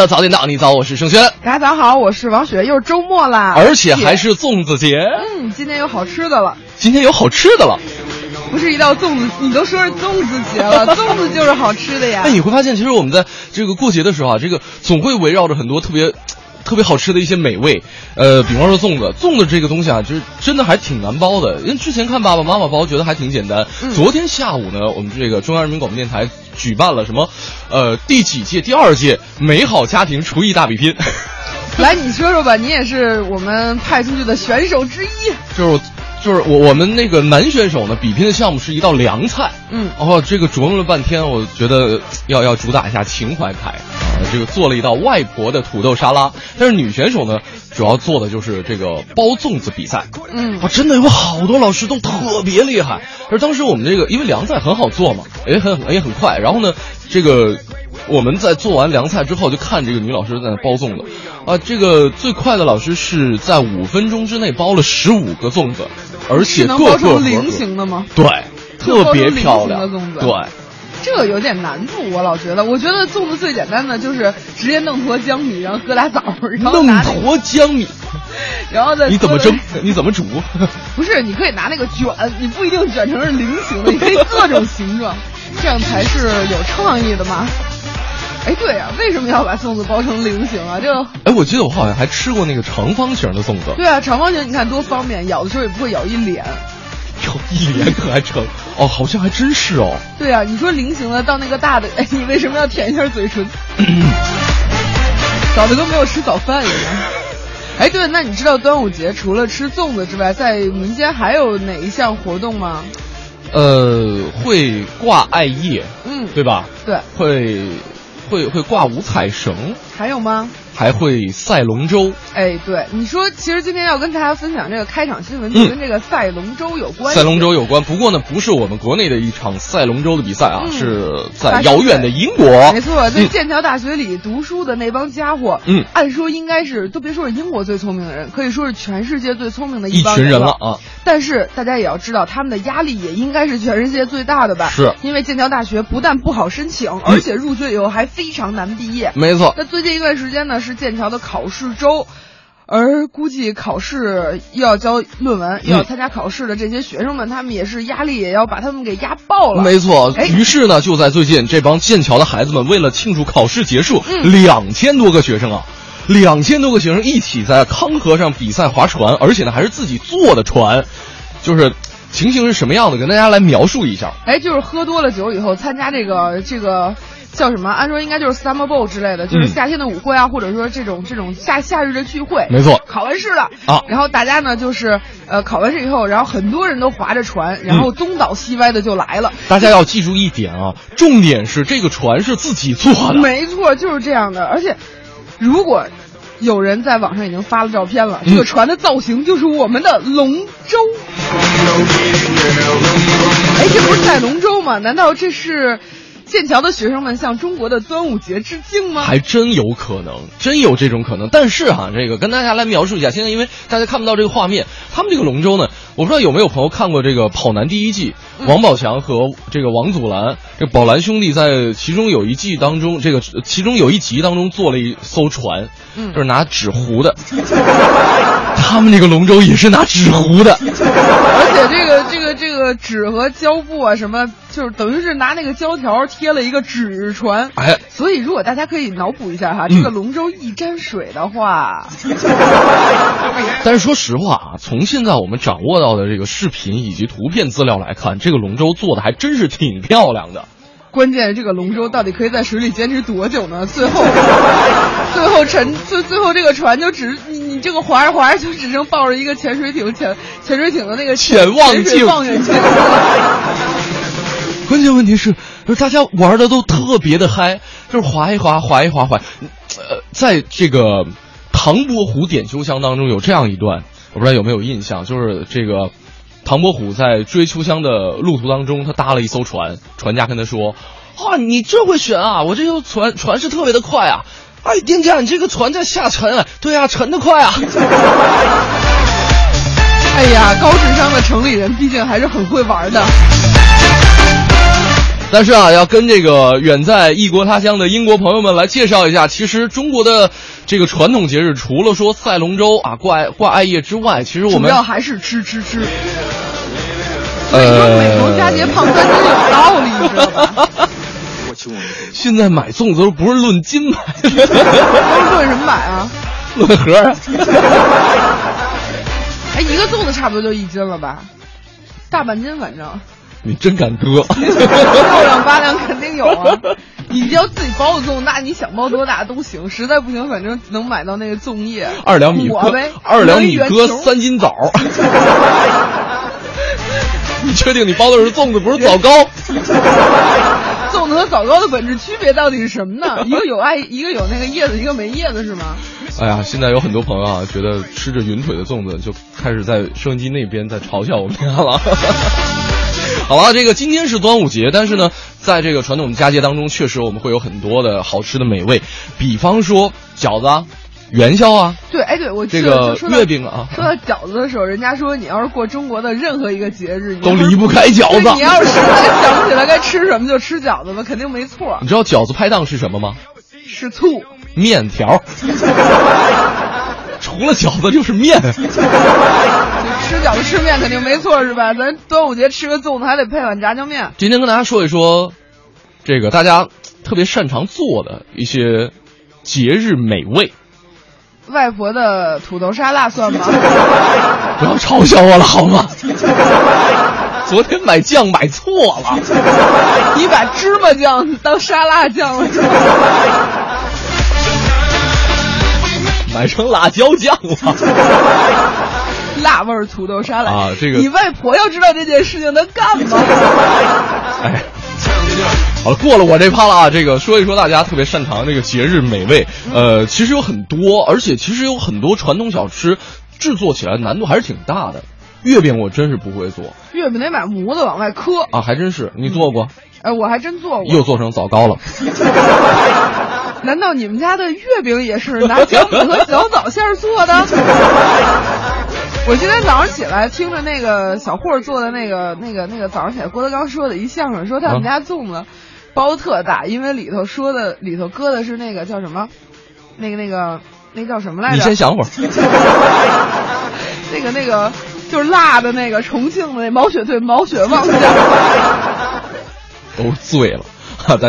那早点到，你早，我是盛轩，大家早好，我是王雪，又是周末啦，而且还是粽子节，嗯，今天有好吃的了，今天有好吃的了。不是一道粽子，你都说是粽子节了，粽子就是好吃的呀哎，。你会发现，其实我们在这个过节的时候啊，这个总会围绕着很多特别。特别好吃的一些美味，呃，比方说粽子，粽子这个东西啊，就是真的还挺难包的。因为之前看爸爸妈妈包，觉得还挺简单。嗯昨天下午呢，我们这个中央人民广播电台举办了什么，呃，第几届第二届美好家庭厨艺大比拼， 来，你说说吧，你也是我们派出去的选手之一。就是我就是我我们那个男选手呢，比拼的项目是一道凉菜，嗯哦，这个琢磨了半天，我觉得要要主打一下情怀牌啊、这个做了一道外婆的土豆沙拉。但是女选手呢，主要做的就是这个包粽子比赛。嗯啊，真的有好多老师都特别厉害。而当时我们这个，因为凉菜很好做嘛，也很也很快。然后呢，这个我们在做完凉菜之后，就看这个女老师在那包粽子。啊，这个最快的老师是在五分钟之内包了十五个粽子，而且是能各个包成合菱格形的吗对，能包特别成菱漂形亮的粽子对。这个有点难度，我老觉得。我觉得粽子最简单的就是直接弄坨江米，然后搁俩枣儿，然后弄拿那个，坨江 米，然后再你怎么搁蒸？你怎么煮？不是，你可以拿那个卷，你不一定卷成是菱形的，你可以各种形状，这样才是有创意的嘛。哎，对呀、为什么要把粽子包成菱形啊？就哎，我记得我好像还吃过那个长方形的粽子，对啊，长方形你看多方便，咬的时候也不会咬一脸。有一脸可还 成。哦，好像还真是哦。对啊，你说菱形的到那个大的， 哎，你为什么要舔一下嘴唇？搞得跟没有吃早饭一样。哎，对，那你知道端午节除了吃粽子之外，在民间还有哪一项活动吗？呃，会挂艾叶，嗯，对吧？对，会会会挂五彩绳，还有吗？还会赛龙舟。哎，对，你说，其实今天要跟大家分享这个开场新闻，就嗯跟这个赛龙舟有关系。赛龙舟有关，不过呢，不是我们国内的一场赛龙舟的比赛啊，嗯是发在生遥远的英国。没错，在嗯剑桥大学里读书的那帮家伙，嗯按说应该是都别说是英国最聪明的人，可以说是全世界最聪明的一帮群人了了。啊，但是大家也要知道，他们的压力也应该是全世界最大的吧？是嗯因为剑桥大学不但不好申请，而且入学以后还非常难毕业。没错。那最近一段时间呢，是剑桥的考试周，而估计考试又要交论文，又要参加考试的这些学生们，他们也是压力也要把他们给压爆了。没错，哎于是呢，就在最近，这帮剑桥的孩子们为了庆祝考试结束，嗯两千多个学生啊，两千多个学生一起在康河上比赛划船，而且呢还是自己做的船，就是情形是什么样的，跟大家来描述一下。哎，就是喝多了酒以后参加这个这个叫什么？按说应该就是 summer ball 之类的，就是嗯夏天的舞会啊，或者说这种这种夏夏日的聚会。没错考完试了啊然后大家呢就是呃考完试以后，然后很多人都划着船，嗯然后东倒西歪的就来了。大家要记住一点啊，重点是这个船是自己做的，没错，就是这样的。而且，如果有人在网上已经发了照片了，嗯这个船的造型就是我们的龙舟。哎，这不是赛龙舟吗？难道这是剑桥的学生们向中国的端午节致敬吗？还真有可能，真有这种可能。但是哈、这个跟大家来描述一下，现在因为大家看不到这个画面，他们这个龙舟呢，我不知道有没有朋友看过这个《跑男》第一季，嗯王宝强和这个王祖蓝，这宝蓝兄弟在其中有一季当中，这个其中有一集当中做了一艘船，嗯就是拿纸糊的， 他们这个龙舟也是拿纸糊的，而且这个这个这个纸和胶布啊，什么就是等于是拿那个胶条贴了一个纸船。哎。所以，如果大家可以脑补一下哈，嗯这个龙舟一沾水的话，但是说实话啊，从现在我们掌握到的这个视频以及图片资料来看，这个龙舟做的还真是挺漂亮的。关键这个龙舟到底可以在水里坚持多久呢？最后，最后沉，最最后这个船就只你你这个划着划着就只剩抱着一个潜水艇潜潜水艇的那个潜望镜潜水望远镜 了。关键问题是，就是大家玩的都特别的嗨，就是划一划，划一划，划。呃，在这个唐伯虎点秋香当中有这样一段，我不知道有没有印象，就是这个唐伯虎在追秋香的路途当中，他搭了一艘船，船家跟他说：“啊，你真会选啊！我这艘船船是特别的快啊！哎，店家，你这个船在下沉啊！对啊，沉的快啊！”哎呀，高智商的城里人毕竟还是很会玩的。但是啊，要跟这个远在异国他乡的英国朋友们来介绍一下，其实中国的这个传统节日，除了说赛龙舟啊、挂挂艾叶之外，其实我主们要还是吃吃吃。所以说美呃容佳节胖三斤有道理，你知道吧？ 现在买粽子都不是论斤买，都是论什么买啊？ 论盒儿。哎，一个粽子差不多就一斤了吧？大半斤，反正。你真敢割！ 六两八两肯定有啊。你要自己包的粽，那你想包多大都行，实在不行，反正能买到那个粽叶。二两米我割呗，，二两米能圆割球三斤枣儿。 你确定你包的是粽子，不是枣糕？粽子和枣糕的本质区别到底是什么 呢？一个有爱，一个有那个叶子，一个没叶子是吗？哎呀，现在有很多朋友啊，觉得吃着云腿的粽子，就开始在收音机那边在嘲笑我们家了。 好了，这个今天是端午节，但是呢，在这个传统佳节当中，确实我们会有很多的好吃的美味，比方说饺子啊、元宵啊，对，哎，对，我记这得就个说到月饼啊，说到饺子的时候，人家说你要是过中国的任何一个节日，你都要是离不开饺对你要子。是实在想不起来该吃什么，就吃饺子吧，肯定没错 你，知道饺子拍档是什么吗？是醋。面条。 除了饺子就是面。吃饺子吃面肯定没错是吧？咱端午节吃个粽子还得配碗炸酱面。今天跟大家说一说，这个大家特别擅长做的一些节日美味。外婆的土豆沙拉算吗？不要嘲笑我了好吗？ 昨天买酱买错了。你把芝麻酱当沙拉酱了是吧？买成辣椒酱了，辣味儿土豆沙拉啊这个你外婆要知道这件事情，能干嘛？ 哎，好了，过了我这趴了啊。这个说一说大家特别擅长这个节日美味，呃，其实有很多，而且其实有很多传统小吃制作起来难度还是挺大的。月饼我真是不会做月饼得买模子往外磕。啊，还真是。你做过？哎，我还真做过。又做成枣糕了。 难道你们家的月饼也是拿小米和小枣馅儿做的？ 我今天早上起来听着那个小霍儿做的那个那个那个早上起来郭德纲说的一相声，说他们家粽子包特大，因为里头说的里头搁的是那个叫什么，那个那个那叫什么来你先着？想会儿， 那个那个就是辣的那个重庆的那毛血对毛血旺馅儿。都醉了。啊